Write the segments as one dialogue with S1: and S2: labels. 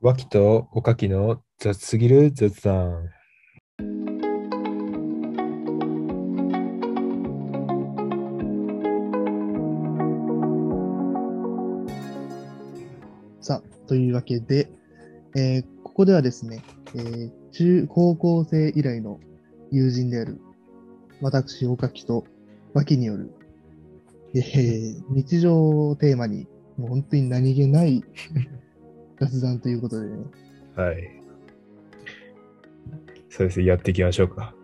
S1: 脇とおかきの雑すぎる雑談。
S2: さあ、というわけで、えーここではですね、えー中高校生以来の友人である、私、岡木と脇による、えー日常をテーマに、もう本当に何気ない 雑談ということでね、
S1: はい。そうですね、やっていきましょうか。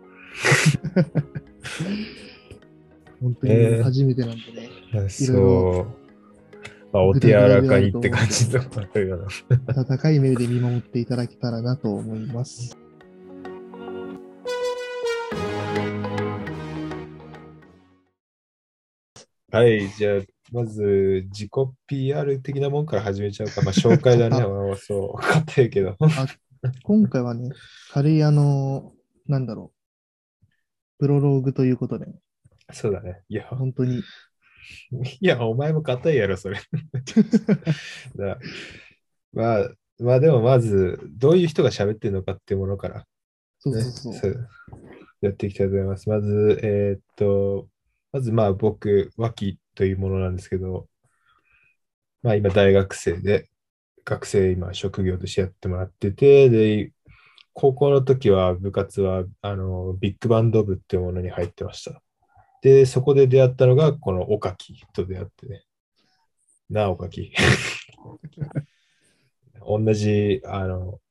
S2: 本当に初めてなんでね、
S1: そう。まあ、お手柔らかにって感じのもあるような。
S2: 温かい目で見守っていただけたらなと思います。
S1: はい、じゃあ、まず自己 PR 的なもんから始めちゃうか。まあ、紹介 だね。
S2: あ
S1: まあ、そう、分かってるけど。
S2: 今回はね、軽いあの、なんだろう、プロローグということで、
S1: そうだね。いや、
S2: 本当に、
S1: いや、お前も硬いやろ、そ れ。だまあ、まあでもまず、どういう人が喋ってるのかっていうものから、
S2: そう
S1: ね、
S2: そう
S1: そ
S2: そう、
S1: うやっていきたいと思います。まず、えーっと、まずまあ僕、脇というものなんですけど、まあ今大学生で、学生今職業としてやってもらってて、で、高校の時は部活はあのビッグバンド部っていうものに入ってました。で、そこで出会ったのが、このおかきと出会ってね。なあ、おか き。同じあの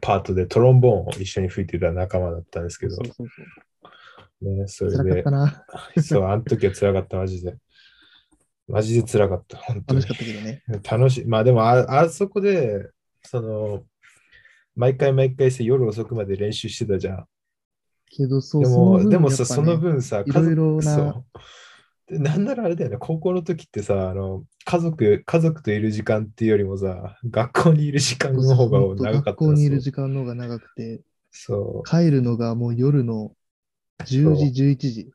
S1: パートでトロンボーンを一緒に吹いてた仲間だったんですけど
S2: そう、そうそう。
S1: ね、 それ
S2: 辛かっ
S1: で
S2: た、な。
S1: そう、あの時は辛かった、マジで。マジで辛かった、本当
S2: 楽
S1: に
S2: しか。ったけどね。
S1: 楽しい。まあでもあ、あそこで、その、毎回毎回さ、夜遅くまで練習してたじゃん。
S2: けど、そう、
S1: で
S2: その
S1: も、
S2: 分
S1: でも
S2: やっぱ
S1: さ、
S2: ね
S1: その分さ、
S2: いろいろな
S1: そうでなんならあれだよね、高校の時ってさ、あの、家族、家族といる時間っていうよりもさ、学校にいる時間の方が
S2: 本当
S1: 長かった
S2: 学校にいる時間の方が長くて、
S1: そう。
S2: 帰るのがもう夜の10時、11時。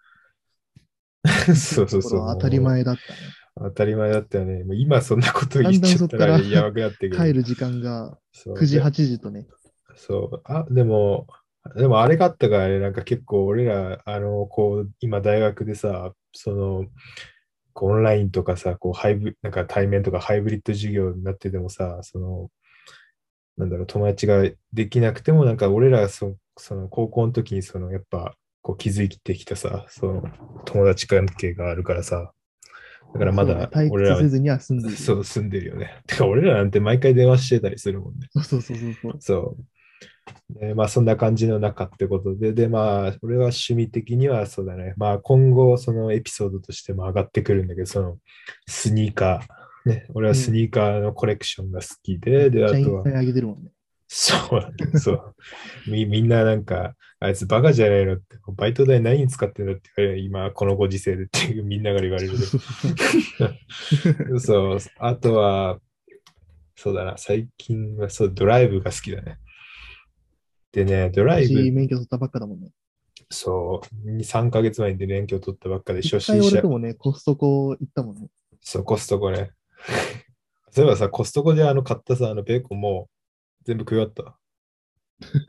S1: そう そうそう。
S2: 頃は当たり前だったね。
S1: 当たり前だったよね。もう今そんなこと言っちゃったら
S2: だんだんそっから
S1: やばくなってく
S2: 帰る時間が
S1: そう
S2: 9時、
S1: で
S2: 8時とね。
S1: そう。あ、でも、でもあれがあったからね、なんか結構俺ら、あの、こう、今大学でさ、その、こうオンラインとかさ、こう、ハイブ、なんか対面とかハイブリッド授業になっててもさ、その、なんだろう、友達ができなくても、なんか俺らそ、その、高校の時に、その、やっぱ、こう、気づいてきたさ、その、友達関係があるからさ、だからま
S2: そうね
S1: だ
S2: 退
S1: 俺ら
S2: 屈
S1: は
S2: せずには済んでいる。
S1: そう、住んでるよね。てか、俺らなんて毎回電話してたりするもんね。
S2: そうそうそうそう。
S1: そう。でまあ、そんな感じの中ってことで、で、まあ、俺は趣味的にはそうだね。まあ、今後、そのエピソードとしても上がってくるんだけど、その、スニーカー。ね、俺はスニーカーのコレクションが好きで、で、あ
S2: 社員
S1: と
S2: さ
S1: は
S2: ん、にあげてるもんね。
S1: そうなんだよ、そう。み、みんななんか、あいつバカじゃないのって、バイト代何に使ってんだって言われる、今、このご時世でっていうみんなから言われるけど。 そう、あとは、そうだな、最近はそう、ドライブが好きだね。でね、ドライ
S2: 私、
S1: ブ、
S2: 免許取ったばっかだもんね。
S1: そう、2、3ヶ月前に免許取ったばっかで、初
S2: 一
S1: 心
S2: 回俺
S1: 者
S2: と、もね、コストコ行ったもんね。
S1: そう、コストコね。 そういえばさ、コストコであの買ったさ、あのベーコンも全部食い終わった。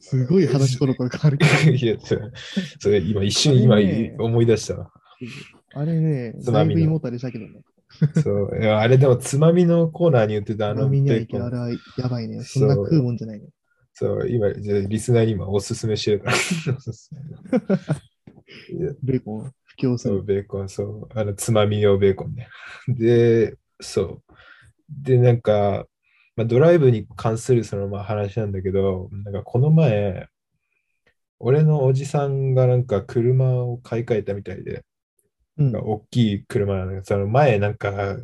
S2: すごい話コロコロ変わる け
S1: いや、それ、それ今一瞬、今
S2: あれね
S1: 思い出したわ。
S2: ど。あれね、
S1: つま
S2: だ
S1: み
S2: い
S1: の
S2: ぶ胃もたれしたけどね。
S1: そう、いやあれでもつまみのコーナーに言ってたあ
S2: あ
S1: の
S2: の見に
S1: ベ
S2: ゃい
S1: ー
S2: け
S1: コ
S2: あ
S1: ン。
S2: れはやばいね。そんな食うもんじゃないね。
S1: そう、今、じゃあリスナーに今おすすめしてるから。いや
S2: ベーコン、布教す
S1: そう、
S2: る。
S1: ベーコン、そう、あの、つまみ用ベーコンね。 で、そう。で、なんか、まあ、ドライブに関するその、まあ、話なんだけど、なんかこの前、俺のおじさんがなんか車を買い替えたみたいで、
S2: うん
S1: なんか大きい車なんだけど、その前なんか、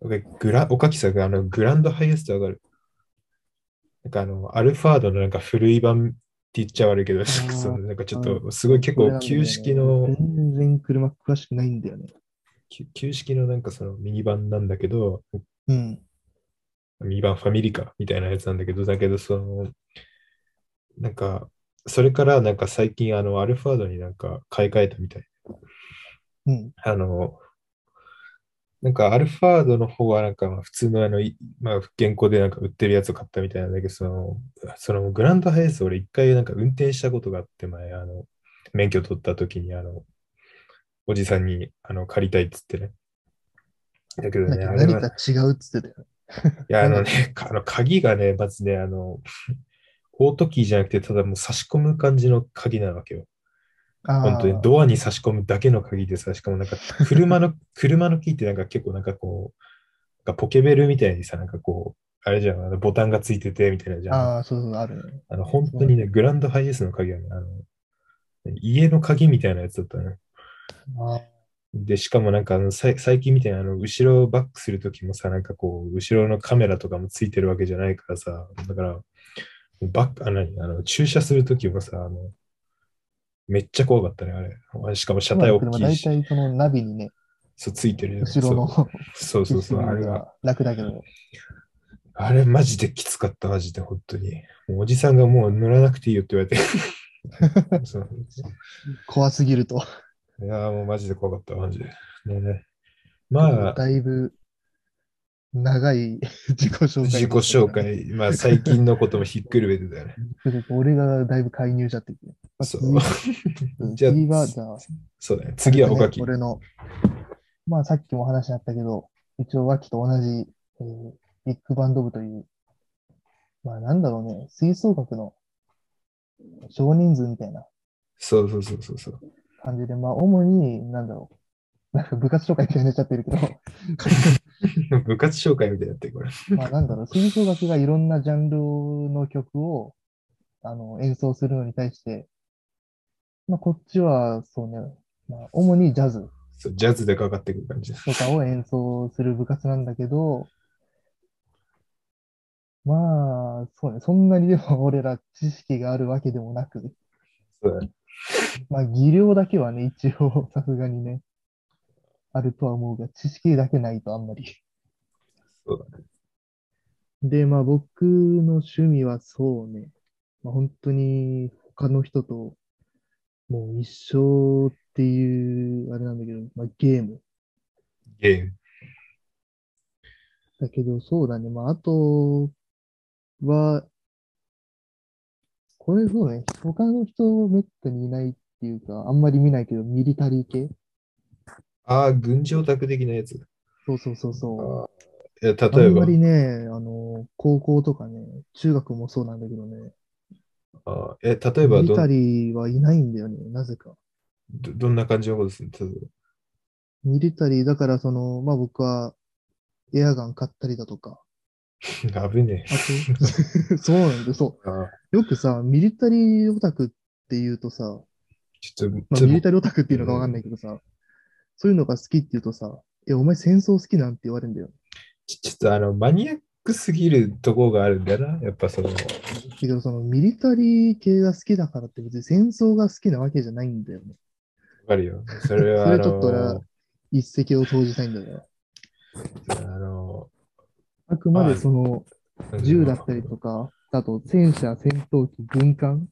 S1: 俺グラ、おかきさんがあのグランドハイエスト上がる。なんかあの、アルファードのなんか古い版って言っちゃ悪いけど、
S2: ー
S1: そのなんかちょっと、すごい結構旧式の、
S2: 全然車詳しくないんだよね。
S1: 旧旧式のなんかそのミニ版なんだけど、
S2: うん。
S1: ミニ版ファミリカみたいなやつなんだけど、だけどその、なんか、それからなんか最近あの、アルファードになんか買い替えたみたい。
S2: うん。
S1: あの、なんかアルファードの方はなんかまあ普通のあの、いまあ、原稿でなんか売ってるやつを買ったみたいなんだけど、その、そのグランドハイエース俺一回なんか運転したことがあって前、あの、免許取った時にあの、おじさんにあの借りたいっつってね。だけど
S2: なん
S1: ね、
S2: か
S1: あれ
S2: 何
S1: は、い
S2: か違うっつってたよ。
S1: やあ
S2: な
S1: の
S2: んか
S1: ね、 かあの鍵がね、まずね、あの、 オートキーじゃなくて、ただもう差し込む感じの鍵なわけよ。
S2: あー
S1: 本当にドアに差し込むだけの鍵でさ、しかもなん か車の、車のキーってなんか結構なんかこう、なんかポケベルみたいにさ、なんかこう、あれじゃん、あのボタンがついててみたいなじゃん。
S2: ああ、そうそう、あるね。
S1: あの本当にね、グランドハイエースの鍵はね、あの、家の鍵みたいなやつだったね。
S2: あ
S1: で、しかもなんかあの、さい最近みたいなあの、後ろバックするときもさ、なんかこう、後ろのカメラとかもついてるわけじゃないからさ、だから、バック、あ、何、あの、駐車するときもさ、あの、めっちゃ怖かったね、あれあれ。しかも車体大
S2: 今の
S1: きいし
S2: 車。大体そのナビにね、
S1: そう、ついてるよ
S2: 後ろの
S1: そうそうそ うそう、あれが。
S2: が楽だけど、
S1: あれ、マジできつかった、マジで、本当に。もうおじさんがもう乗らなくていいよって言われ て。そう
S2: 怖すぎると。
S1: いやー、もうマジで怖かった、マジで。ね、まあ、
S2: だいぶ長い自己紹介。
S1: 自己紹。介、まあ、最近のこともひっくるめてだよね。
S2: 俺がだいぶ介入しちゃってるね。まあ
S1: そう
S2: 次
S1: じゃあ
S2: 次は、じゃあ、
S1: そうだね。次はおかき。
S2: 俺の、まあさっきも話になったけど、一応、脇と同じ、えービッグバンド部という、まあなんだろうね、吹奏楽の少人数みたいな
S1: そうそうそうそうそう。
S2: 感じで、まあ主に、なんだろう、なんか部活紹介みたいになっちゃって るけど、
S1: 部活紹介みたいになってる、これ。
S2: まあなんだろう、吹奏楽がいろんなジャンルの曲をあの演奏するのに対して、まあこっちはそうね、まあ主にジャズ
S1: そうジャズでかかってくる感じです。
S2: とかを演奏する部活なんだけど、まあ、そうね、そんなにでも俺ら知識があるわけでもなく、
S1: そうだね。
S2: まあ技量だけはね、一応さすがにね、あるとは思うが、知識だけないとあんまり。
S1: そう
S2: で、まあ僕の趣味はそうね、まあ、本当に他の人ともう一生っていうあれなんだけど、まあゲーム。
S1: ゲーム。
S2: だけど、そうだね。まあ、あとは、これそうね。他の人めったにいないっていうか、あんまり見ないけど、ミリタリー系
S1: ああ、軍事オタク的なやつ。
S2: そうそうそうそ
S1: いや例え
S2: う。あん
S1: ば
S2: ま、りね、あの、高校とかね、中学もそうなんだけどね、
S1: あーえ例えば
S2: ミリ
S1: ど
S2: タ
S1: ん
S2: リーはいないんだよね、なぜか。
S1: ど、どんな感じのことする例えば
S2: ミリタリー、だからその、まあ僕は、エアガン買ったりだとか、
S1: 危ね
S2: あと、 そうなんだよ、そ
S1: え。あ
S2: う。よくさ、ミリタリーオタクっていうとさ、
S1: ちょっと、
S2: まあ、
S1: ちょっ
S2: ミリ
S1: と
S2: タリーオタクっていうのかわかんないけどさ、そういうのが好きって言うとさ、え、お前戦争好きなんて言われるんだよ。
S1: ちちょっとあの、マニアックすぎるところがあるんだよな。やっぱその、
S2: だけど、そのミリタリー系が好きだからって別に戦争が好きなわけじゃないんだよね。
S1: わかるよ。それは、あ
S2: それちょっと俺
S1: の
S2: は、一石を投じたいんだよ。
S1: あの、
S2: あくまでその銃だった
S1: り。
S2: りとか、あと戦車、戦闘機、軍艦。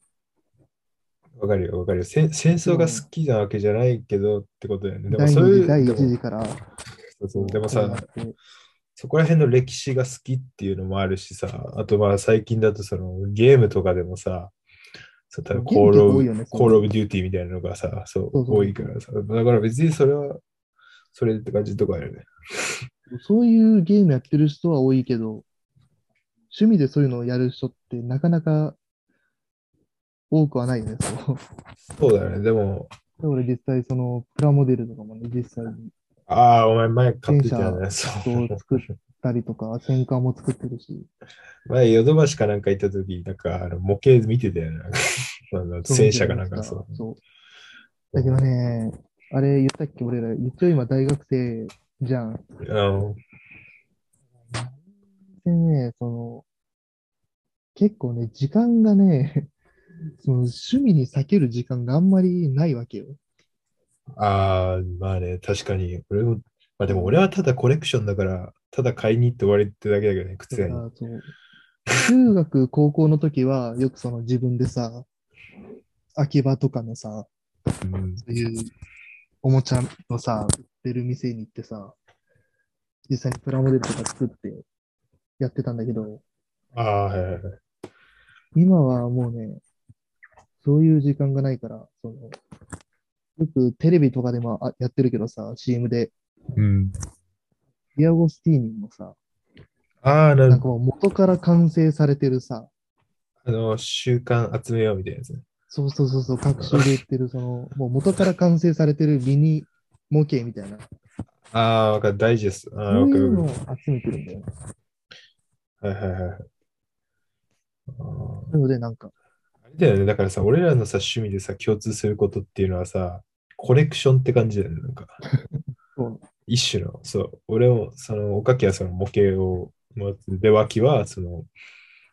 S1: わかるよ、わかるよ。せん戦争が好きなわけじゃないけどってことだよね。でも
S2: 第
S1: そう
S2: 二
S1: いう、
S2: 次、第
S1: で
S2: 一
S1: も
S2: 次から。
S1: そうそうでも
S2: こうな
S1: さ
S2: っ、て
S1: そこら辺の歴史が好きっていうのもあるしさ、あとまあ最近だとそのゲームとかでもさ、そうただコールオ
S2: ゲーム結構
S1: ブ、コ
S2: 多いよね
S1: ールオブデューティーみたいなのがさ、そう、
S2: そうそう
S1: 多いからさ、だから別にそれは、それって感じとかあるよね。
S2: そういうゲームやってる人は多いけど、趣味でそういうのをやる人ってなかなか多くはないよね。そう
S1: そうだよね。でも、
S2: で俺実際そのプラモデルとかもね、実際に
S1: ああ、お前前買ってたよね。そ
S2: そう
S1: う。
S2: 作ったり とか、戦艦も作ってるし、
S1: 前、ヨドバシかなんか行った時、なんかあの模型見てたよね。なんか あの戦車かなんかそう。
S2: そう。だけどね、あれ言ったっけ、俺ら、一応今大学生じゃん。
S1: あの
S2: でね、その、結構ね、時間がね、 その趣味に避ける時間があんまりないわけよ。
S1: ああ、まあね、確かに。俺も、まあでも俺はただコレクションだから、ただ買いに行って終わりってだけだけどね、靴
S2: だ
S1: 屋
S2: か
S1: に。
S2: らそう中学、高校の時は、よくその自分でさ、秋葉とかのさ、
S1: うん、
S2: そういうおもちゃのさ、売ってる店に行ってさ、実際にプラモデルとか作ってやってたんだけど、
S1: ああ、はいはいはい。
S2: 今はもうね、そういう時間がないから、その、よくテレビとかでもあやってるけどさ、CM で、
S1: うん。
S2: ディアゴスティーニのさ、
S1: ああ、な
S2: なん
S1: る
S2: かもう元から完成されてるさ、
S1: あの、習慣集めようみたいなやつね。
S2: そうそうそうそう、各種で売ってる、その、もう元から完成されてるミニ模型みたいな、
S1: ああ、わかる。ダイジェスト。ああ、
S2: そ
S1: わ
S2: う
S1: か
S2: いう
S1: る
S2: の。を集めてるんだよね。
S1: はいはいはい。ああ。
S2: なので、なんか、
S1: あれだよね。だからさ、俺らのさ、趣味でさ、共通することっていうのはさ、コレクションって感じだよね。なんか、
S2: そう
S1: 一種の、そう、俺を、その、おかきはその模型を持って、で、わきは、その、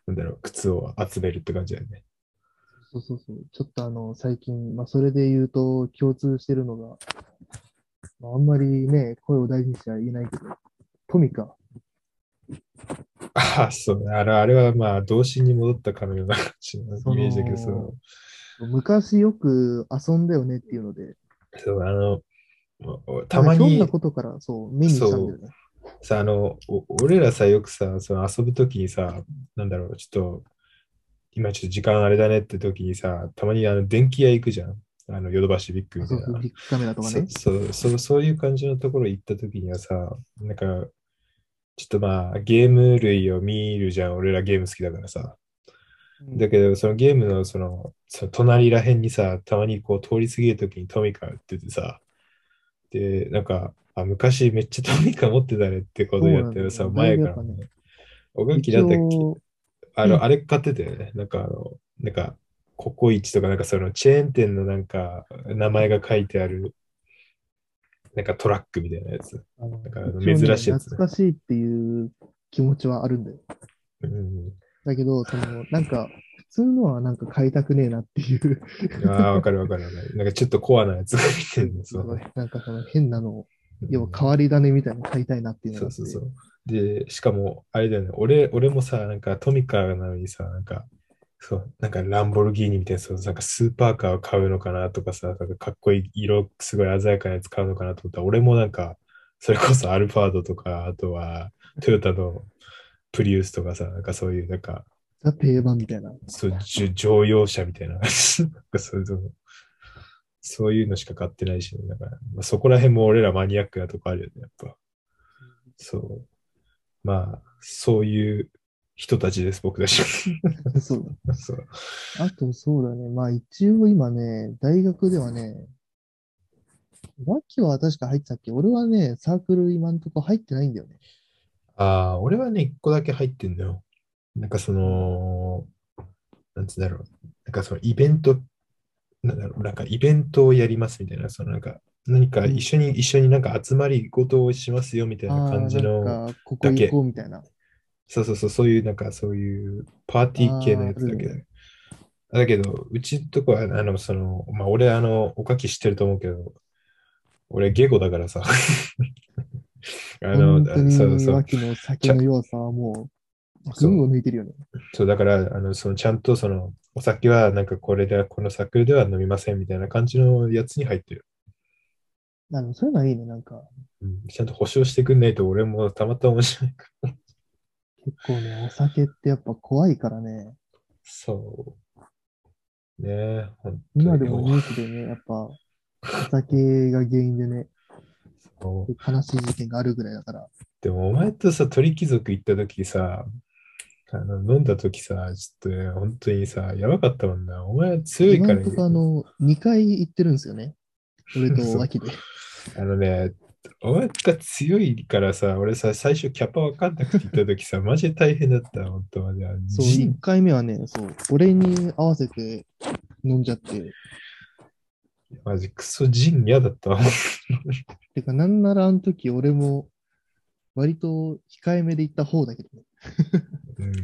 S1: なんだろう、靴を集めるって感じだよね。
S2: そうそうそう。ちょっとあの、最近、まあ、それで言うと共通してるのが、まあ、あんまりね、声を大事にしちゃ言えないけど、トミカ。
S1: ああ、そう、あれあれは、まあ、童心に戻ったかのような感じのイメージだけど、
S2: そ
S1: そ
S2: の
S1: う、
S2: 昔よく遊んだよねっていうので、
S1: そう、あの、おたま
S2: なんかひょん
S1: に
S2: な、ことからそう、目にしたんだよね。
S1: さ、あの、お俺らさ、よくさ、その遊ぶときにさ、なんだろう、ちょっと、今ちょっと時間あれだねってときにさ、たまにあの電気屋行くじゃん。あの、ヨドバシビッグみたい
S2: そ
S1: う
S2: そう、
S1: な。
S2: ビッグカメラとかね。
S1: そそうそうそういう感じのところ行ったときにはさ、なんか、ちょっとまあ、ゲーム類を見るじゃん。俺らゲーム好きだからさ。
S2: うん
S1: だけど、そのゲームのその、その隣らへんにさ、たまにこう通り過ぎるときにトミカ売っててさ、で、なんか、あ、昔めっちゃトミカ持ってたねってことやってるさ、
S2: そうなんだ
S1: 前
S2: よね
S1: から、
S2: だいぶや
S1: ね。お元気
S2: 一
S1: だったっけ
S2: 応、
S1: あ
S2: うん
S1: の、あれ買ってたよね。なんかあの、なんか、ココイチとか、なんかそのチェーン店のなんか、名前が書いてある、なんかトラックみたいなやつ。
S2: あの
S1: なんかあの
S2: 一応ね
S1: 珍しいやつね
S2: 懐かしいっていう気持ちはあるんだよ。
S1: うん。
S2: だけど、その、なんか、普通のはなんか買いたくねえなっていう。
S1: ああ、わかるわかるわかる。なんかちょっとコアなやつが見てるの、そうね。
S2: なんか その変なのを、
S1: うん
S2: 要は変わり種みたいなの買いたいなっていうの
S1: そう
S2: があって
S1: そうそう。で、しかも、あれだよね、俺、俺もさ、なんかトミカなのにさ、なんか、そう、なんかランボルギーニみたいな、そう、なんかスーパーカーを買うのかなとかさ、なんかかっこいい色、すごい鮮やかなやつ買うのかなと思ったら、俺もなんか、それこそアルファードとか、あとはトヨタのプリウスとかさ、なんかそういう、なんか、
S2: ザ定番みた いな。
S1: そう、じゅ乗用車みたいな、なんか そういうのそういうのしか買ってないし、だから、まあ、そこら辺も俺らマニアックなとこあるよね、やっぱ。そう。まあ、そういう人たちです、僕たち。
S2: そう
S1: そう。
S2: だ。あとそうだね。まあ一応今ね、大学ではね、和気は確か入ってたっけ俺はね、サークル今んとこ入ってないんだよね。
S1: ああ、俺はね、一個だけ入ってんだよ。なんかその、なんつうんだろう。なんかそのイベント、なんだろう、なんかイベントをやりますみたいな、そのなんか、何か一緒に、一緒になんか集まりごとをしますよみたいな
S2: ああ
S1: 感じ
S2: ー、
S1: の、
S2: なんか、ここ行こうみたいな。
S1: そうそうそう、そういう、なんか、そういうパーティー系のやつだけど。だけど、うちのとこは、あの、その、まあ、俺、あの、おかき知ってると思うけど、俺、ゲゴだからさ。 あの、
S2: 本当に
S1: そうそう
S2: 和。気の酒の弱さはもう、
S1: そう
S2: 群を抜いてるよね。
S1: そう、だから、あの、その、ちゃんと、その、お酒は、なんか、これで、このサークルでは飲みませんみたいな感じのやつに入ってる。
S2: あの、そういうのはいいね。なんか、
S1: うん、ちゃんと保証してくんないと、俺もたまたま面白いから。
S2: 結構ね、お酒ってやっぱ怖いからね。
S1: そう。ねえ、本当に
S2: 今でもニュースでね、やっぱ、お酒が原因でね、
S1: そう
S2: 悲しい事件があるぐらいだから。
S1: でもお前とさ、鳥貴族行った時さ、あの飲んだ時さ、ちょっとね、本当にさ、やばかったもんな。お前強い
S2: 今
S1: から
S2: んとこあの、2回行ってるんですよね。俺と脇で。
S1: あのね、お前が強いからさ、俺さ、最初キャパ分かんなくて行った 時さ、マジで大変だった、本当は。
S2: そう、
S1: ジ
S2: 1
S1: ン
S2: 回目はね、そう、俺に合わせて飲んじゃって。
S1: マジクソジン嫌だったわ。
S2: てか、なんならあの時俺も、割と控えめで行った方だけどね。
S1: うん、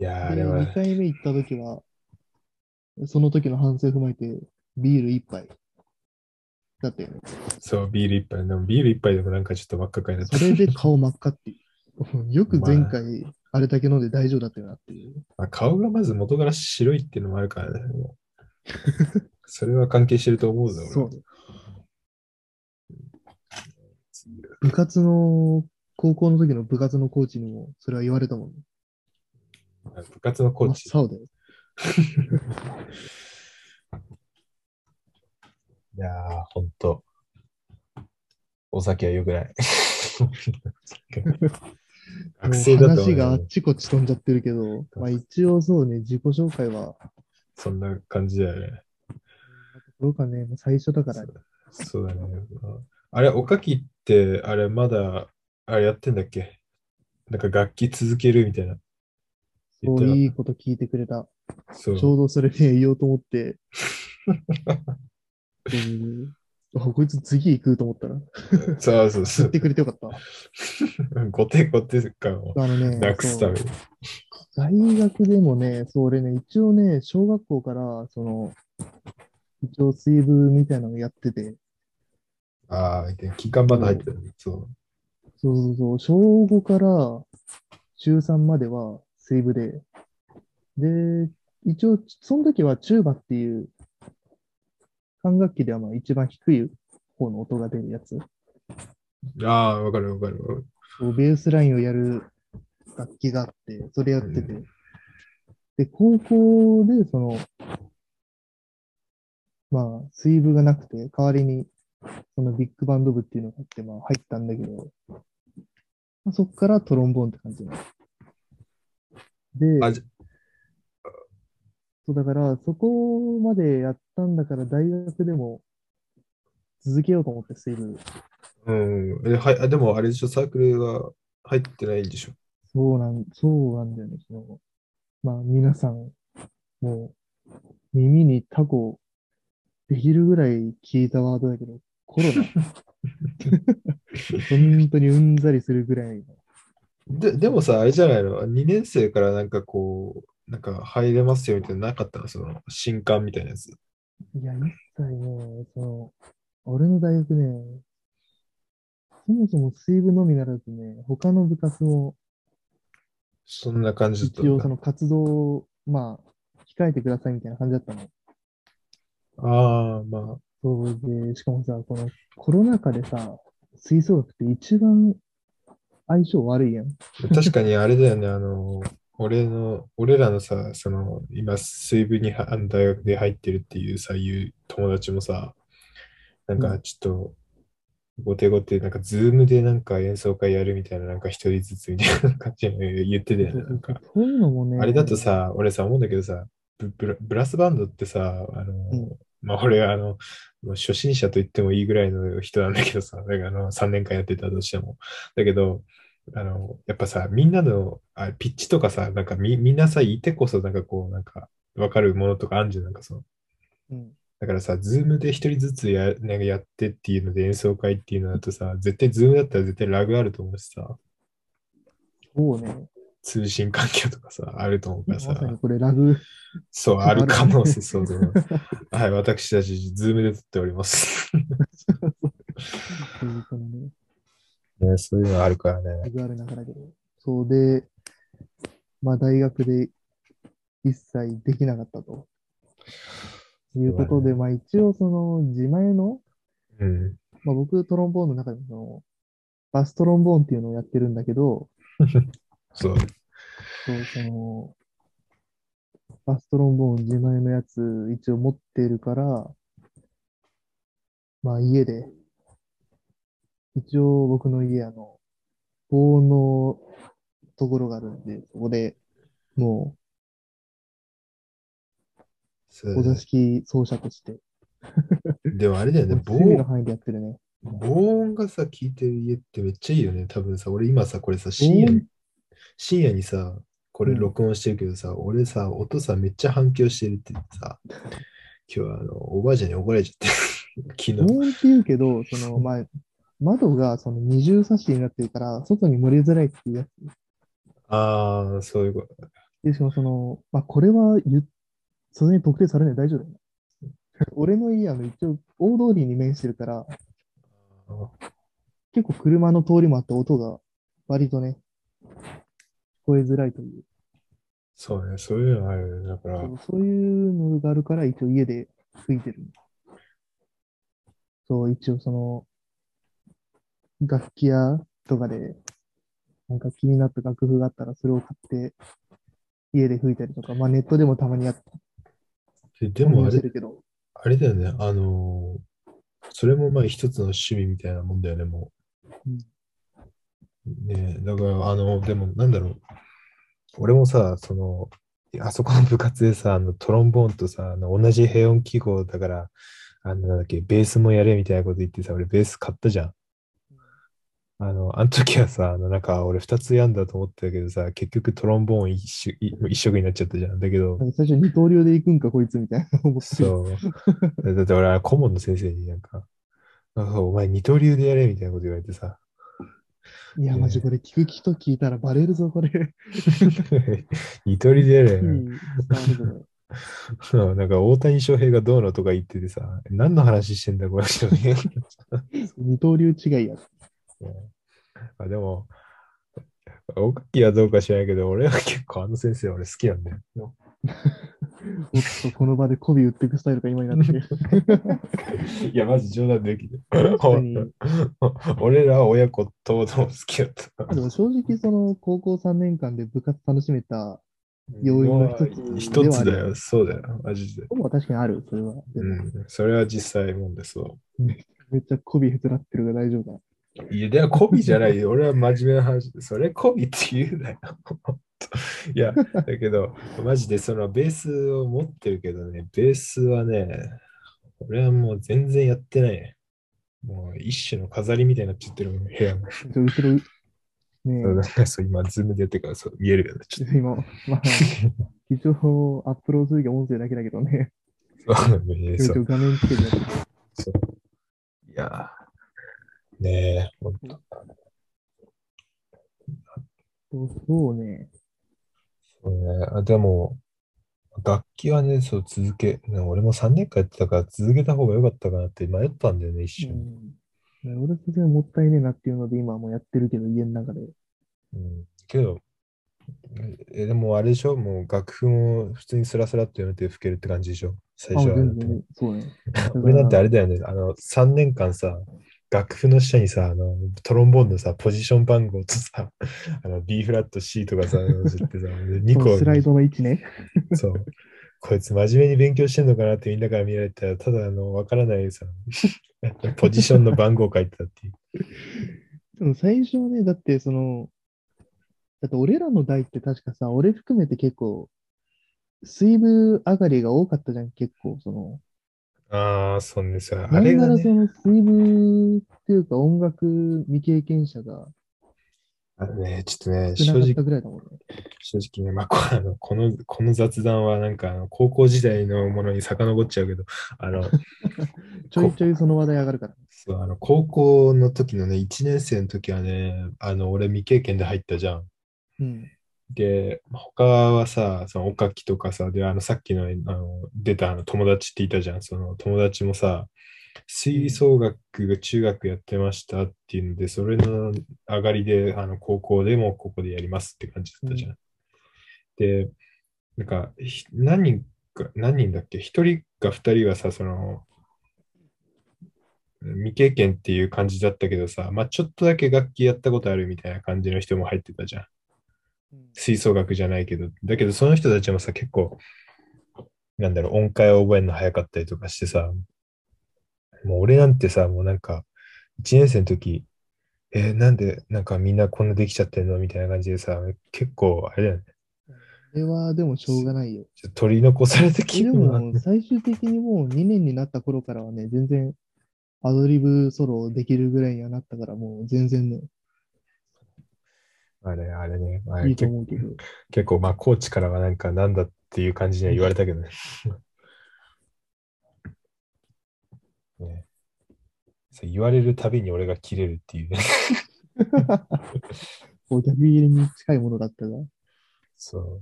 S1: いやー、あ
S2: で、
S1: れは
S2: 2、回目行った時は、その時の反省を踏まえて、ビール1杯。だったよね。
S1: そう、ビール一杯、でもビール一杯でもなんかちょっと真っ赤っかになっ
S2: そ
S1: た。
S2: れで顔真っ赤っていう。 よく前回、あれだけ飲んで大丈夫だったよなっていう。
S1: まあ、顔がまず元から白いっていうのもあるからね。もうそれは関係してると思うぞ、俺は
S2: そうね。
S1: 強い
S2: 部活の、高校の時の部活のコーチにも、それは言われたもん、ね。
S1: 部活のコーチ。
S2: 真っ青だよ。
S1: いやー、ほんと。お酒は良くない。学生だ
S2: もう
S1: と、
S2: 話があっちこっち飛んじゃってるけど、まあ一応そうね、自己紹介は、
S1: そんな感じだよね。
S2: どうかね、最初だから、
S1: そうだね。あれ、おかきって、あれ、まだ、あれやってんだっけなんか楽器続けるみたいな。言
S2: そ
S1: って
S2: う
S1: なか
S2: い
S1: っ
S2: いこと聞いてくれた。
S1: たそう
S2: ちょうどそれで言おうと 思って。うんあこいつ次行くと思ったら、言
S1: そうそうそ
S2: っ
S1: う。
S2: てくれてよかった。
S1: ごてごて感を
S2: あのね、
S1: なくすために。
S2: そう大学でもね、そう、俺ね、一応ね、小学校から、その、一応水分みたいなのやってて、
S1: ああ、金管バンド入ってたね。そう。
S2: そうそうそう、小5から中3までは水部で、で、一応、その時はチューバっていう、管楽器ではまあ一番低い方の音が出るやつ。
S1: ああ、わかるわかるわかる。
S2: そうベースラインをやる楽器があって、それやってて。で、高校で、その、まあ、水部がなくて、代わりに、そのビッグバンド部っていうのがあって、まあ、入ったんだけど、まあ、そこからトロンボーンって感じなので、
S1: あじ
S2: そうだから、そこまでやったんだから、大学でも続けようと思って、水部。
S1: うん。えはい、あでも、あれでしょ、サークルは入ってないんでしょ。
S2: そうなん、そうなんだよね、その、まあ皆さん、もう、耳にタコできるぐらい聞いたワードだけど、コロナ。本当にうんざりするぐらいの。
S1: ででもさ、あれじゃないの ?2 年生からなんかこう、なんか入れますよみたいなのなかったのその、新刊みたいなやつ。
S2: いや、一切ね、その、俺の大学ね、そもそも水部のみならずね、他の部活も
S1: そんな感じだった
S2: 一応そ
S1: んだ。
S2: の活動を、まあ、控えてくださいみたいな感じだったの。
S1: ああ、まあ、
S2: そうで、しかもさ、このコロナ禍でさ、吹奏楽って一番相性悪いやん。
S1: 確かにあれだよね、あの、俺の、俺らのさ、その、今、水分にはあの大学で入ってるっていうさ、いう友達もさ、なん
S2: う
S1: かちょっと、ごてごて、なんか、ズームでなんか演奏会やるみたいな、なんか一人ずつみたいな感じの言ってたよね、なんか。
S2: そういうのもね、
S1: あれだと、さ、俺さ、思うんだけどさ、ブブラブラスバンドってさ、あの、
S2: うん
S1: まあ俺はあの、もう初心者と言ってもいいぐらいの人なんだけどさ、だからあの3年間やってたとしても。だけど、あの、やっぱさ、みんなのあピッチとかさ、なんかみみんなさ、いてこそなんかこう、なんかわかるものとかあるじゃん、なんかその。
S2: うん、
S1: だからさ、ズームで一人ずつやなんかやってっていうので演奏会っていうのだとさ、絶対ズームだったら絶対ラグあると思うしさ、
S2: そうね、
S1: 通信環境とかさ、あると思うから
S2: ま
S1: さ。
S2: さにこれラグ、
S1: そう、
S2: ちょっと
S1: ある可能性、
S2: あ
S1: そう
S2: る
S1: そう。 はい、私たち、ズームで撮っております。
S2: っていうかね、
S1: ね、そういうのあるからね。
S2: ラグある中だけど。そうで、まあ大学で一切できなかったと。いうことで、まあ一応その自前の、
S1: うん。
S2: まあ僕トロンボーンの中でもその、バストロンボーンっていうのをやってるんだけど、
S1: そう。
S2: そう、その、バストロンボーン自前のやつ一応持ってるから、まあ家で、一応僕の家あの、防音のところがあるんで、そこでも
S1: そう
S2: うお座敷奏者として、
S1: でもあれだよね、
S2: もう
S1: 防
S2: 趣味の
S1: 音
S2: 範囲でやってるね。
S1: 防音がさ、効いてる家ってめっちゃいいよね。多分さ、俺今さ、これさ、深夜
S2: 防
S1: に
S2: 音、
S1: 深夜にさ、これ
S2: うん
S1: 録音してるけどさ、俺さ、音さ、めっちゃ反響してるってさ、今日はあの、おばあちゃんに怒られちゃって、
S2: 防
S1: 昨日。
S2: 音って言うけど、その、まあ、窓がその二重サッシになってるから、外に漏れづらいっていうやつ
S1: ああ、そういうこと。
S2: で、しかもその、まあ、これは言っ、それに特定されない、大丈夫だよね。俺の家、あの、一応、大通りに面してるから、結構車の通りもあって、音が割とね、聞こえづらいという、
S1: そうね、そういうのあるよね。だから、
S2: そういうのがあるから、一応家で吹いてる。そう、一応その、楽器屋とかで、なんか気になった楽譜があったら、それを買って、家で吹いたりとか、まあネットでもたまにやって
S1: ででもあ
S2: し
S1: れ
S2: て、るけど、
S1: あれだよね、あのーそれもまあ一つの趣味みたいなもんだよね、も
S2: うん
S1: う。ねえだから、あの、でもなんだろう。俺もさ、その、あそこの部活でさ、あのトロンボーンとさ、あの同じ平音記号だから、あの、なんだっけ、ベースもやれみたいなこと言ってさ、俺ベース買ったじゃん。あの、あの時はさ、あのなんか俺2つやんだと思ってたけどさ、結局トロンボーン一色一色になっちゃったじゃん。だけど、
S2: なんか最初二刀流で行くんか、こいつみたいな 思って る。
S1: そう。だって俺、顧問の先生になんか、なんかお前二刀流でやれみたいなこと言われて さ、
S2: いや、
S1: ね
S2: マジこれ聞く人聞いたらバレる ぞ、これ。
S1: 二刀流でやれ
S2: う。ん伝わるぞこれ
S1: そうなんか大谷翔平がどうのとか言っててさ、何の話してんだ、この人 ね。
S2: 二刀流違いや。
S1: あでも、おかきはどうか知らないけど、俺は結構あの先生俺好きなんだよ。
S2: おっと、この場で媚び売っていくスタイルが今にな ってる。
S1: いや、マジ冗談できる。
S2: 確かに。で
S1: 俺らは親子ともども好きだった。
S2: も正直、その高校3年間で部活楽しめた要因の一つで
S1: 一
S2: はあ
S1: つ
S2: る
S1: だよ、そうだよ、マジで。
S2: ことは確かにある、それは。でも
S1: うん、それは実際もんでそ
S2: めっちゃ媚びへつらってるが大丈夫だ。
S1: う。いや、では、コビじゃないよ。俺は真面目な話。それコビって言うなよ。 いや、だけど、マジでそのベースを持ってるけどね、ベースはね、俺はもう全然やってないね。もう一種の飾りみたいになっちゃってるもん、部屋も。
S2: ちょ後ろ、ね
S1: そうなんかそう今、ズームでやってるからそう見えるよね。ち
S2: え
S1: ょっ、
S2: 今、まあ、 一応アップロードするが音声だけだけどね、
S1: と見え
S2: 一
S1: そう
S2: 応画面つけてやる。
S1: いやーねえ、ほんと
S2: そうね。
S1: そうね、あ、でも、楽器はね、そう続け、ね俺も3年間やってたから続けた方が良かったかなって迷ったんだよね、一
S2: う
S1: 瞬。
S2: ん俺は全然もったいねえなっていうので、今はもうやってるけど、家の中で。
S1: うん、けど、え、でもあれでしょもう楽譜も普通にスラスラっと読めて吹けるって感じでしょ最
S2: あ、
S1: 初はだっ
S2: 全
S1: て。
S2: 然、そうね。
S1: 俺だってあれだよね、あの、3年間さ、楽譜の下にさ、あの、トロンボーンのさ、ポジション番号とさ、 あの、B フラット C とかさ、ずっとさ、2
S2: この
S1: 個
S2: スライドの位置ね。
S1: そう。こいつ真面目に勉強してんのかなってみんなから見られたら、ただあの、わからないさ、ポジションの番号書いてたっていう。
S2: でも最初はね、だってその、だって俺らの代って確かさ、俺含めて結構、水分上がりが多かったじゃん、結構。その、
S1: ああ、そうですよ。あ
S2: な
S1: れ
S2: ん
S1: が
S2: なら
S1: ね
S2: そ、の水分っていうか音楽未経験者が
S1: あのねちょっとね、
S2: 少
S1: 正直
S2: なかった、ぐらいだもんね。
S1: 正直ね、まあ、こあのこのこの雑談はなんかあの、高校時代のものに遡っちゃうけど、あの、
S2: ちょいちょいその話題上がるから。
S1: そうあの高校の時のね、1年生の時はね、あの、俺未経験で入ったじゃん。
S2: うん。
S1: で、他はさ、そのおかきとかさ、で、あの、さっきの、あの、出たあの友達っていたじゃん。その友達もさ、吹奏楽が中学やってましたっていうので、それの上がりで、あの、高校でもここでやりますって感じだったじゃん。で、なんか、ひ何人か、何人だっけ一人か二人はさ、その、未経験っていう感じだったけどさ、まあ、ちょっとだけ楽器やったことあるみたいな感じの人も入ってたじゃん。吹奏楽じゃないけど、だけどその人たちもさ、結構、なんだろう、音階を覚えるの早かったりとかしてさ、もう俺なんてさ、もうなんか、1年生の時、えーなんで、なんかみんなこんなできちゃってんのみたいな感じでさ、結構、あれだよね、
S2: それはでもしょうがないよ。
S1: ちょっと取り残された気
S2: で
S1: 分は、
S2: も最終的にもう2年になった頃からはね、全然アドリブソロできるぐらいにはなったから、もう全然ね、
S1: あれ、あれね、あ
S2: い
S1: れ
S2: いと
S1: 結
S2: 思うけど。
S1: 結構、まあ、コーチからはなんか、なんだっていう感じには言われたけどね。 ねそう言われるたびに俺が切れるっていうね。
S2: こう逆切れに近いものだったが。
S1: そ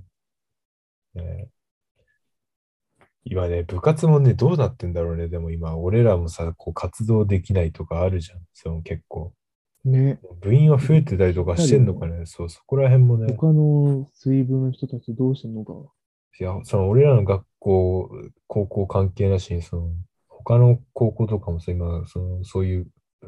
S1: う。ね今ね、部活もね、どうなってんだろうね。でも今、俺らもさ、こう活動できないとかあるじゃん。その結構。
S2: ね。
S1: 部員は増えてたりとかしてんのかね。そう、そこら辺もね。
S2: 他の水分の人たちどうしてんのか。
S1: いや、その俺らの学校、高校関係なしに、その、他の高校とかもさ、今、その、そういう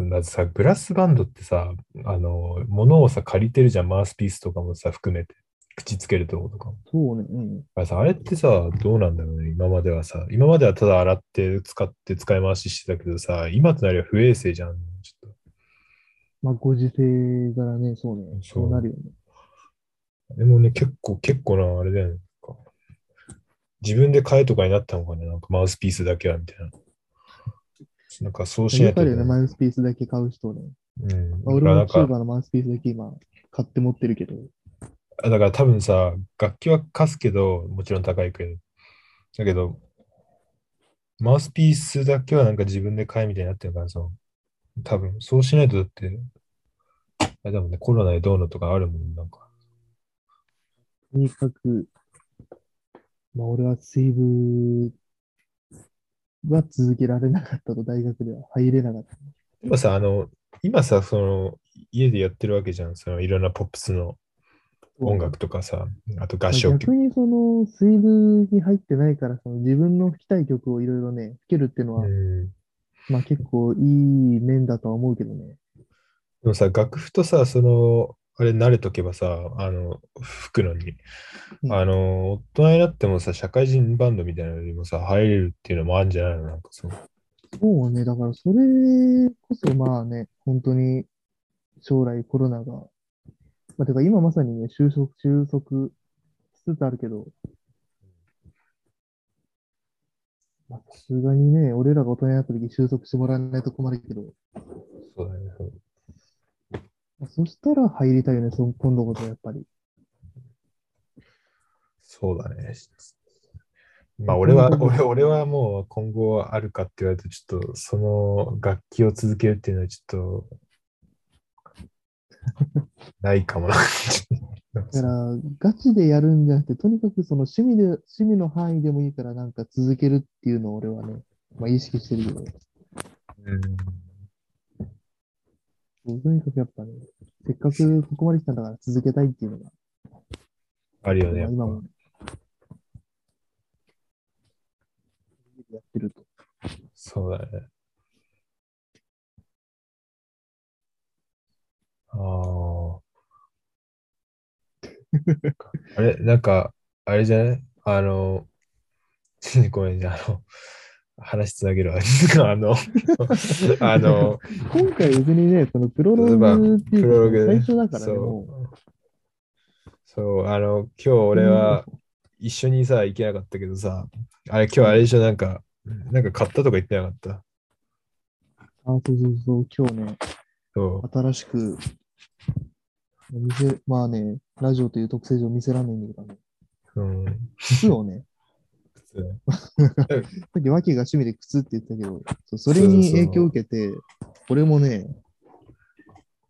S1: だってさ、ブラスバンドってさ、あの、物をさ、借りてるじゃん、マウスピースとかもさ、含めて、口つけるとことかも。
S2: そうね、うん。
S1: あさ、あれってさ、どうなんだろうね、今まではさ、今まではただ洗って、使って、使い回ししてたけどさ、今となりは不衛生じゃん。ちょっ
S2: まあ、ご時世からね、そうね、
S1: そう
S2: そうなるよね。
S1: とでもね、結構、結構な、あれだよね。なんか自分で買えとかになったのかね、なんかマウスピースだけは、みたいな。なんかそうしな
S2: やっ
S1: いと
S2: ぱ
S1: ね、
S2: りね、マウスピースだけ買う人ね。
S1: うん。
S2: まあ、俺も
S1: なん
S2: チュー
S1: か
S2: バのマウスピースだけ今、買って持ってるけど、
S1: あだから多分さ、楽器は貸すけど、もちろん高いけど、だけど、マウスピースだけはなんか自分で買えみたいになってるからさ、多分そうしないとだって、あれだもんね、コロナでどうのとかあるもん、なんか。
S2: とにかく、まあ、俺は水分は続けられなかったと、大学では入れなかった。
S1: 今さ、あの、今さ、その、家でやってるわけじゃん、そのいろんなポップスの音楽とかさ、あと合唱
S2: まあ
S1: 曲
S2: 逆にその水分に入ってないから、その自分の吹きたい曲をいろいろね、吹けるっていうのは、
S1: うん
S2: まあ結構いい面だとは思うけどね。
S1: でもさ、楽譜とさ、その、あれ慣れとけばさ、あの、吹くのに、
S2: うん
S1: あの、大人になってもさ、社会人バンドみたいなのにもさ、入れるっていうのもあるんじゃないのなんかその、
S2: そうね、だからそれこそまあね、本当に将来コロナが、まあてか今まさにね、収束、収束しつつあるけど、まあさすがにね、俺らが大人になった時収束してもらわないと困るけど、
S1: そうだね。そう
S2: まあそしたら入りたいよね、そ今度こそやっぱり。
S1: そうだね。まあ、俺は、
S2: うん
S1: 俺俺はもう今後あるかって言われると、ちょっと、その楽器を続けるっていうのはちょっと、 ないかもな。
S2: だから、ガチでやるんじゃなくて、とにかくその趣味で、趣味の範囲でもいいから、なんか続けるっていうのを俺はね、まあ意識してるけど、
S1: うん
S2: とにかくやっぱね、せっかくここまで来たんだから続けたいっていうのが、
S1: あるよね。や
S2: まあ
S1: っ
S2: 今
S1: ぱ
S2: もね、やってると。
S1: そうだね。ああ。あれ、なんか、あれじゃないあの、 ごめんね、あの、話つなげるわ。 あ の、あの、
S2: 今回別にね、そのプロローグってい
S1: プロロ
S2: うか、
S1: グ
S2: 最初だから
S1: そ
S2: ね、
S1: う
S2: も。
S1: そう、あの、今日俺は一緒にさ、行けなかったけどさ、あれ、今日あれでしょ、なんか、なんか買ったとか言ってなかった。
S2: う、あ、そうそうそう、今日ね、
S1: そう。
S2: 新しく、店、まあね、ラジオという特性上、店ラーメンに行ったの。
S1: うん
S2: 靴をね、
S1: 普通
S2: さっきワキが趣味で靴って言ったけど、そうそれに影響を受けて、俺もね、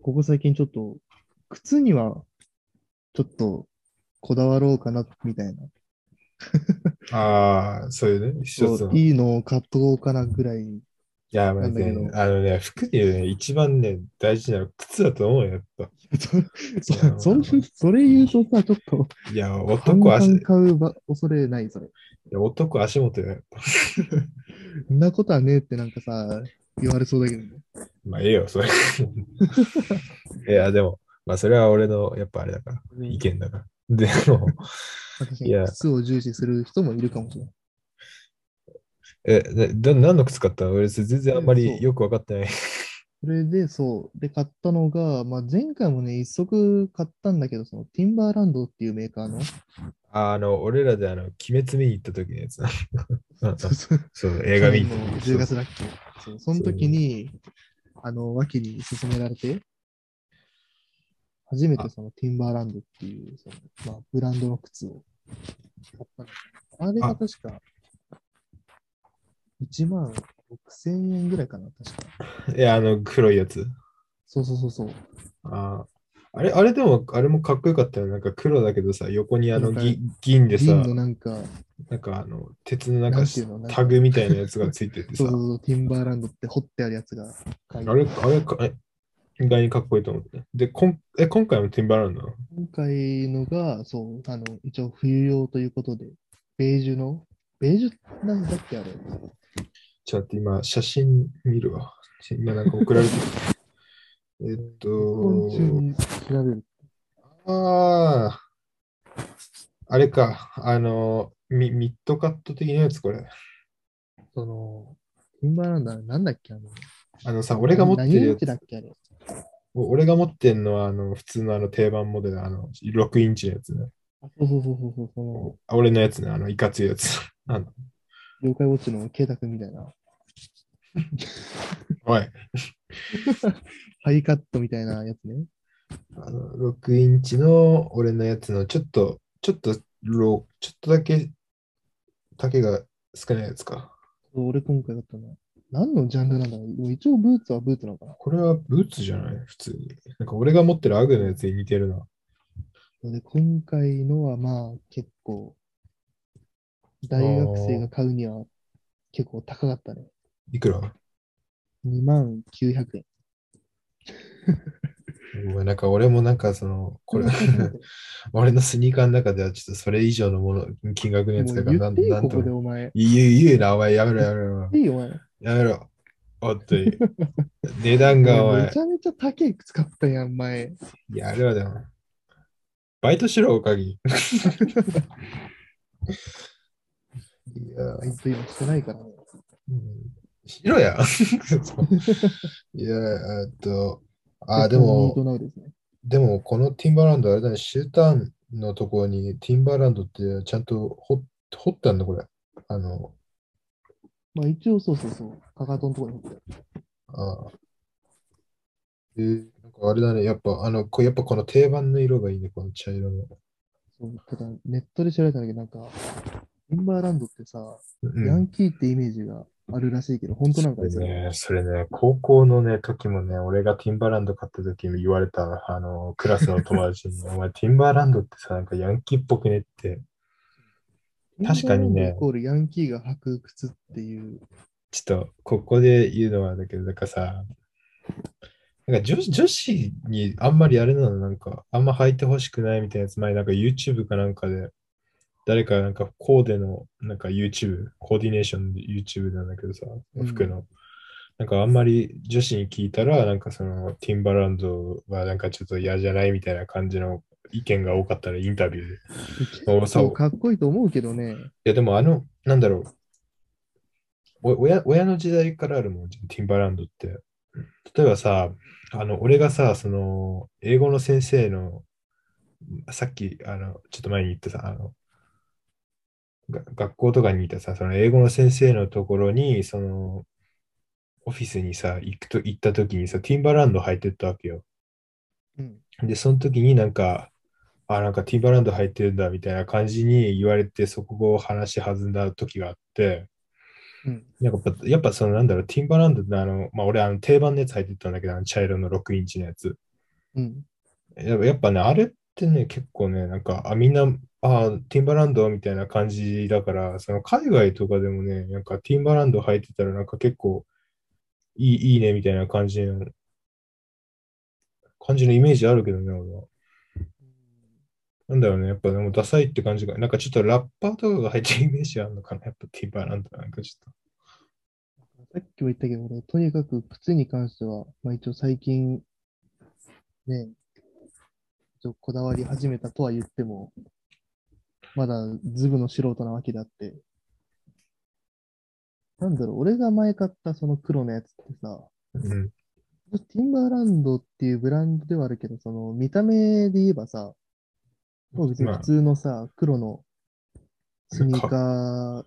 S2: ここ最近ちょっと、靴にはちょっとこだわろうかな、みたいな。
S1: ああ、そういうね、一つ
S2: そ
S1: の。
S2: う
S1: い
S2: いいのを買っとこうかなぐらい。
S1: や、まあね
S2: なんだけ
S1: あのね、服でね、一番ね、大事なのは靴だと思うよ、やっぱ。
S2: そそんそれ言うとさ、ちょっと、
S1: いや、
S2: 半
S1: 男
S2: 々
S1: 足、い
S2: 買うば恐れない、それ。
S1: や男足元よ、やっぱ。
S2: そんなことはねえってなんかさ、言われそうだけどね。
S1: まあ、ええよ、 それ。いや、でも、まあ、それは俺の、やっぱあれだから、意見だから。でも、
S2: 確か
S1: いや
S2: に靴を重視する人もいるかもしれない。
S1: え、な、何の靴買ったの俺、全然あんま
S2: えそう
S1: りよく分かってない。
S2: それで、そう。で、買ったのが、まあ、前回もね、一足買ったんだけど、その、ティンバーランドっていうメーカーの、
S1: あの、俺らで、あの、鬼滅見に行った時のやつ。うん
S2: そう そう
S1: そう、映画見
S2: 去
S1: に
S2: 年
S1: 行
S2: の
S1: った。
S2: 10月だっけそうその時に、あの、脇に勧められて、初めてその、ティンバーランドっていう、その、まあ、ブランドの靴を買ったの。あれが確か、1万6000円ぐらいかな、確か。
S1: そういや、あの、黒いやつ。
S2: そうそうそうそう。
S1: ああ、あれ、あれでも、あれもかっこよかったよ。なんか黒だけどさ、横にあの
S2: なんか
S1: ぎ銀でさ
S2: 銀、のなんか、
S1: なんかあの、鉄のなん
S2: な
S1: か
S2: んていうのなんか
S1: タグみたいなやつがついててさ
S2: そう、そうそう、ティンバーランドって掘ってあるやつが書いて
S1: あれ、あれか、え意外にかっこいいと思って。で、こんえ今回もティンバーランドなの
S2: 今回のが、そう、あの、一応冬用ということで、ベージュの、ベージュなんだっけあれ。
S1: ちょっと待って今、写真見るわ。今なんか送られて る。えっ
S2: 昆虫
S1: と、
S2: に調べる。
S1: ああ、あれか、あの、ミミッドカット的なやつ、これ。
S2: その、ティンバーランドはなんだっけあの、
S1: あのさ、俺が持ってる
S2: 何イ
S1: や
S2: ンチだ
S1: つ、
S2: っけあれ。
S1: お俺が持ってんのは、あの、普通のあの定番モデル、あの、6インチのやつね。
S2: あそうそうそうそうそう、その、
S1: あ俺のやつね、あの、いかついやつ。 あの、
S2: 妖怪ウォッチのケイタ君みたいな、
S1: おい、
S2: ハイカットみたいなやつね。
S1: あの、6インチの俺のやつの、ちょっと、ちょっと、ロちょっとだけ、丈が少ないやつか。
S2: 俺今回だったのは。何のジャンルなんだろうでも一応ブーツはブーツなのかな
S1: これはブーツじゃない普通に。なんか俺が持ってるアグのやつに似てるな。
S2: で、今回のはまあ結構、大学生が買うには結構高かったね。
S1: いくら
S2: 2万900円。
S1: ごめん、なんか俺もなんかその、 これ、俺のスニーカーの中ではちょっとそれ以上のもの、金額のやつだから、
S2: も
S1: な
S2: うん言っていい
S1: なん
S2: ことこで
S1: も。
S2: お前。
S1: 言う、言うな、お前、やめろ、やめろ、
S2: いいよ、お前。
S1: やめろ。おっと、値段 が、お
S2: め
S1: 前
S2: ち、ゃめちゃ高い靴買ったやん、前。
S1: いや、あれはでも、バイトしろ、おかぎ。いや
S2: あいつ今してないからね。
S1: うんしろ や。いや、えっと、あ、で
S2: ニート
S1: も、
S2: ナウですね。
S1: でも、このティンバーランド、あれだね、シューターンのところに、ティンバーランドってちゃんと掘掘ったんだ、これ。あの、
S2: まあ一応そうそうそう。かかとのところに持ってる。
S1: あえーなんかあれだね、やっぱ、あの、こやっぱこの定番の色がいいね、この茶色の。
S2: そうただ、ネットで調べたんだけど、なんか、インバーランドってさ、
S1: うん
S2: ヤンキーってイメージがあるらしいけど、本当なんか
S1: それね、それね、高校のね、時もね、俺がティンバーランド買った時に言われた、あの、クラスの友達に、お 前、ティンバーランドってさ、なんかヤンキーっぽくねって、確かにね
S2: インバーランドイコールヤンキーが履く靴っていう。
S1: ちょっと、ここで言うのはだけど、なんかさ、なんか女子女子にあんまりあれなの、なんか、あんま履いてほしくないみたいなやつ、前、なんか YouTube かなんかで、誰かなんかコーデの、なんか YouTube、コーディネーションで YouTube なんだけどさ、
S2: うん
S1: 服の。なんかあんまり女子に聞いたら、なんかその、ティンバランドはなんかちょっと嫌じゃないみたいな感じの意見が多かったら、インタビューで。
S2: 結
S1: あそう
S2: 構かっこいいと思うけどね。
S1: いや、でもあの、なんだろう。お親親の時代からあるもん、ティンバランドって。例えばさ、あの、俺がさ、その、英語の先生の、さっき、あの、ちょっと前に言ったさ、あの、が学校とかにいたさ、その英語の先生のところに、その、オフィスにさ、行くと、行った時にさ、ティンバランド履いてったわけよ。
S2: うん。
S1: で、その時になんか、あ、なんかティンバランド入ってるんだみたいな感じに言われて、そこを話弾んだ時があって、
S2: うん。
S1: なんかやっぱやっぱそのなんだろう、ティンバランドってあの、まあ俺あの定番のやつ入ってたんだけど、あの茶色の6インチのやつ。
S2: うん。
S1: やっぱやっぱね、あれってね、結構ね、なんか、あ、みんな、あ、ティンバランドみたいな感じだから、その海外とかでもね、なんかティンバランド履いてたらなんか結構いい、いいねみたいな感じの、感じのイメージあるけどね、俺は。なんだろうね、やっぱでもダサいって感じが、なんかちょっとラッパーとかが入ってるイメージあるのかな、やっぱティンバランドなんかちょっ
S2: さっきも言ったけど、俺、とにかく靴に関しては、まあ一応最近、ね、ちょこだわり始めたとは言っても、まだズブの素人なわけであって、なんだろう、俺が前買ったその黒のやつってさ、
S1: と。うん。
S2: ティンバーランドっていうブランドではあるけど、その見た目で言えばさ、もう別に
S1: まあ
S2: 普通のさ、黒のスニーカー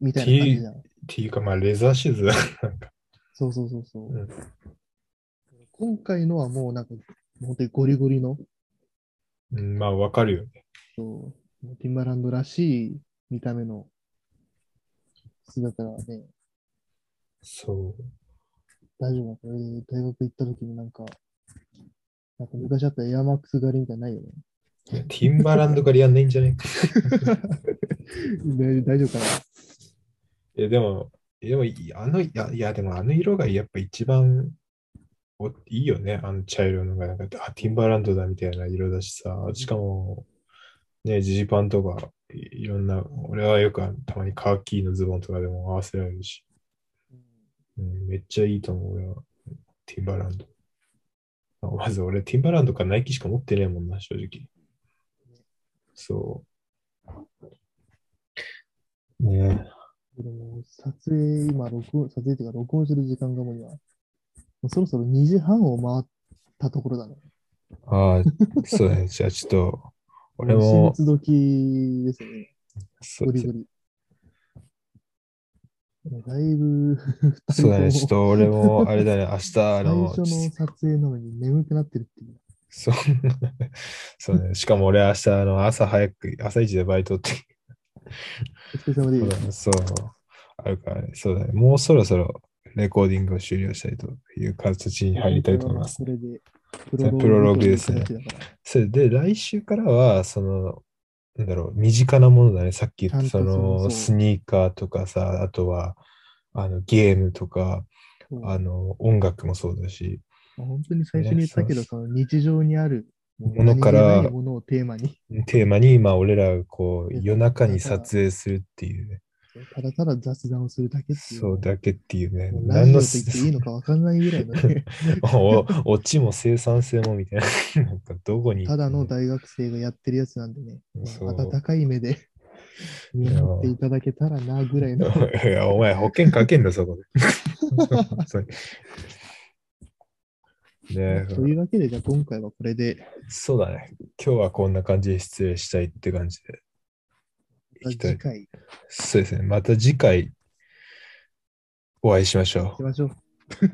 S2: みたいな感じじゃん。
S1: っていうか、まあ、レザーシューズ なんか。
S2: そうそうそうそう。
S1: うん
S2: 今回のはもうなんか、本当にゴリゴリの、
S1: うん、まあ、わかるよね。
S2: そうティンバランドらしい見た目の姿がね、
S1: そう。
S2: 大丈夫だ。俺、大学行った時になんか、なんか昔あったエアマックス狩りみたいなのないよね。
S1: ティンバランドからやんないんじゃないか。
S2: 大大丈夫かな。
S1: え、でも、えでもいい、あの、いや、いや、でもあの色がやっぱ一番おいいよね。あの茶色のが、なんか、あ、ティンバランドだみたいな色だしさ、しかも、ね、ジジパンとか、いいろんな、俺はよくあのたまにカーキーのズボンとかでも合わせられるし。
S2: うん
S1: うん、めっちゃいいと思う、俺は。ティンバランド。あまず俺、ティンバランドかナイキしか持ってねえもんな、正直。そう。ね
S2: でも、撮影、今、録音、撮影っていうか、録音してる時間がもう今、もうそろそろ2時半を回ったところだね。
S1: え。ああ、 そうだね。じゃあちょっと、俺
S2: も
S1: も
S2: う、、始末時ですね。
S1: そ
S2: ぐ
S1: う
S2: りぐり。だいぶ、二人
S1: そうだね。ちょっ
S2: とも
S1: と俺も、あれだね、明日、あ
S2: 最
S1: の、
S2: 初の撮影なのに眠くなってるっていう。
S1: そう、 そうね。しかも俺明日、あの、朝早く、朝一でバイトって
S2: お疲れ様
S1: そう
S2: で
S1: だ
S2: す。
S1: ね、そう、あるからね、そうだね。もうそろそろレコーディングを終了したいという形に入りたいと思います。
S2: これで、
S1: プロローグですね
S2: プロローグだから
S1: それで、来週からは、その、なんだろう、身近なものだね。さっき言った、
S2: ちゃ
S1: そ
S2: んとそうそ
S1: の、
S2: う
S1: スニーカーとかさ、あとは、あの、ゲームとか、
S2: そう
S1: あの、音楽もそうだし、
S2: 本当に最初に言ったけど、
S1: ね
S2: その日常にある
S1: ものから
S2: 何気ないものをテーマに、
S1: テーマに、今、俺らがこう、
S2: ね
S1: 夜中に撮影するっていうね、
S2: ただただ雑談をするだけっていう。
S1: そうだけっていうね、
S2: もうラ
S1: 何の
S2: ジオと言っていいのか分かんないぐらいの ね、
S1: おオチも生産性もみたいな、 なんかどこに行
S2: た
S1: っても
S2: だの大学生がやってるやつなんでね、
S1: そう
S2: まあ温かい目で見守っていただけたらなぐらいの。
S1: いや、お前保険かけんだ、そ こで。そうね
S2: というわけで、じゃあ今回はこれで、
S1: そうだね。今日はこんな感じで失礼したいって感じで。行きた
S2: 次
S1: い。
S2: 回
S1: そうですね。また次回お会いしまし
S2: 行
S1: ょ
S2: きましょう。こ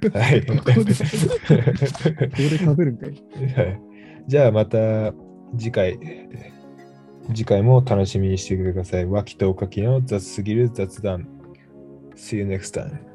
S1: う。はい。
S2: こでこで食べるみたいな。
S1: はいじゃあまた次回。次回も楽しみにしてください。脇とおかきの雑すぎる雑談。See you next time.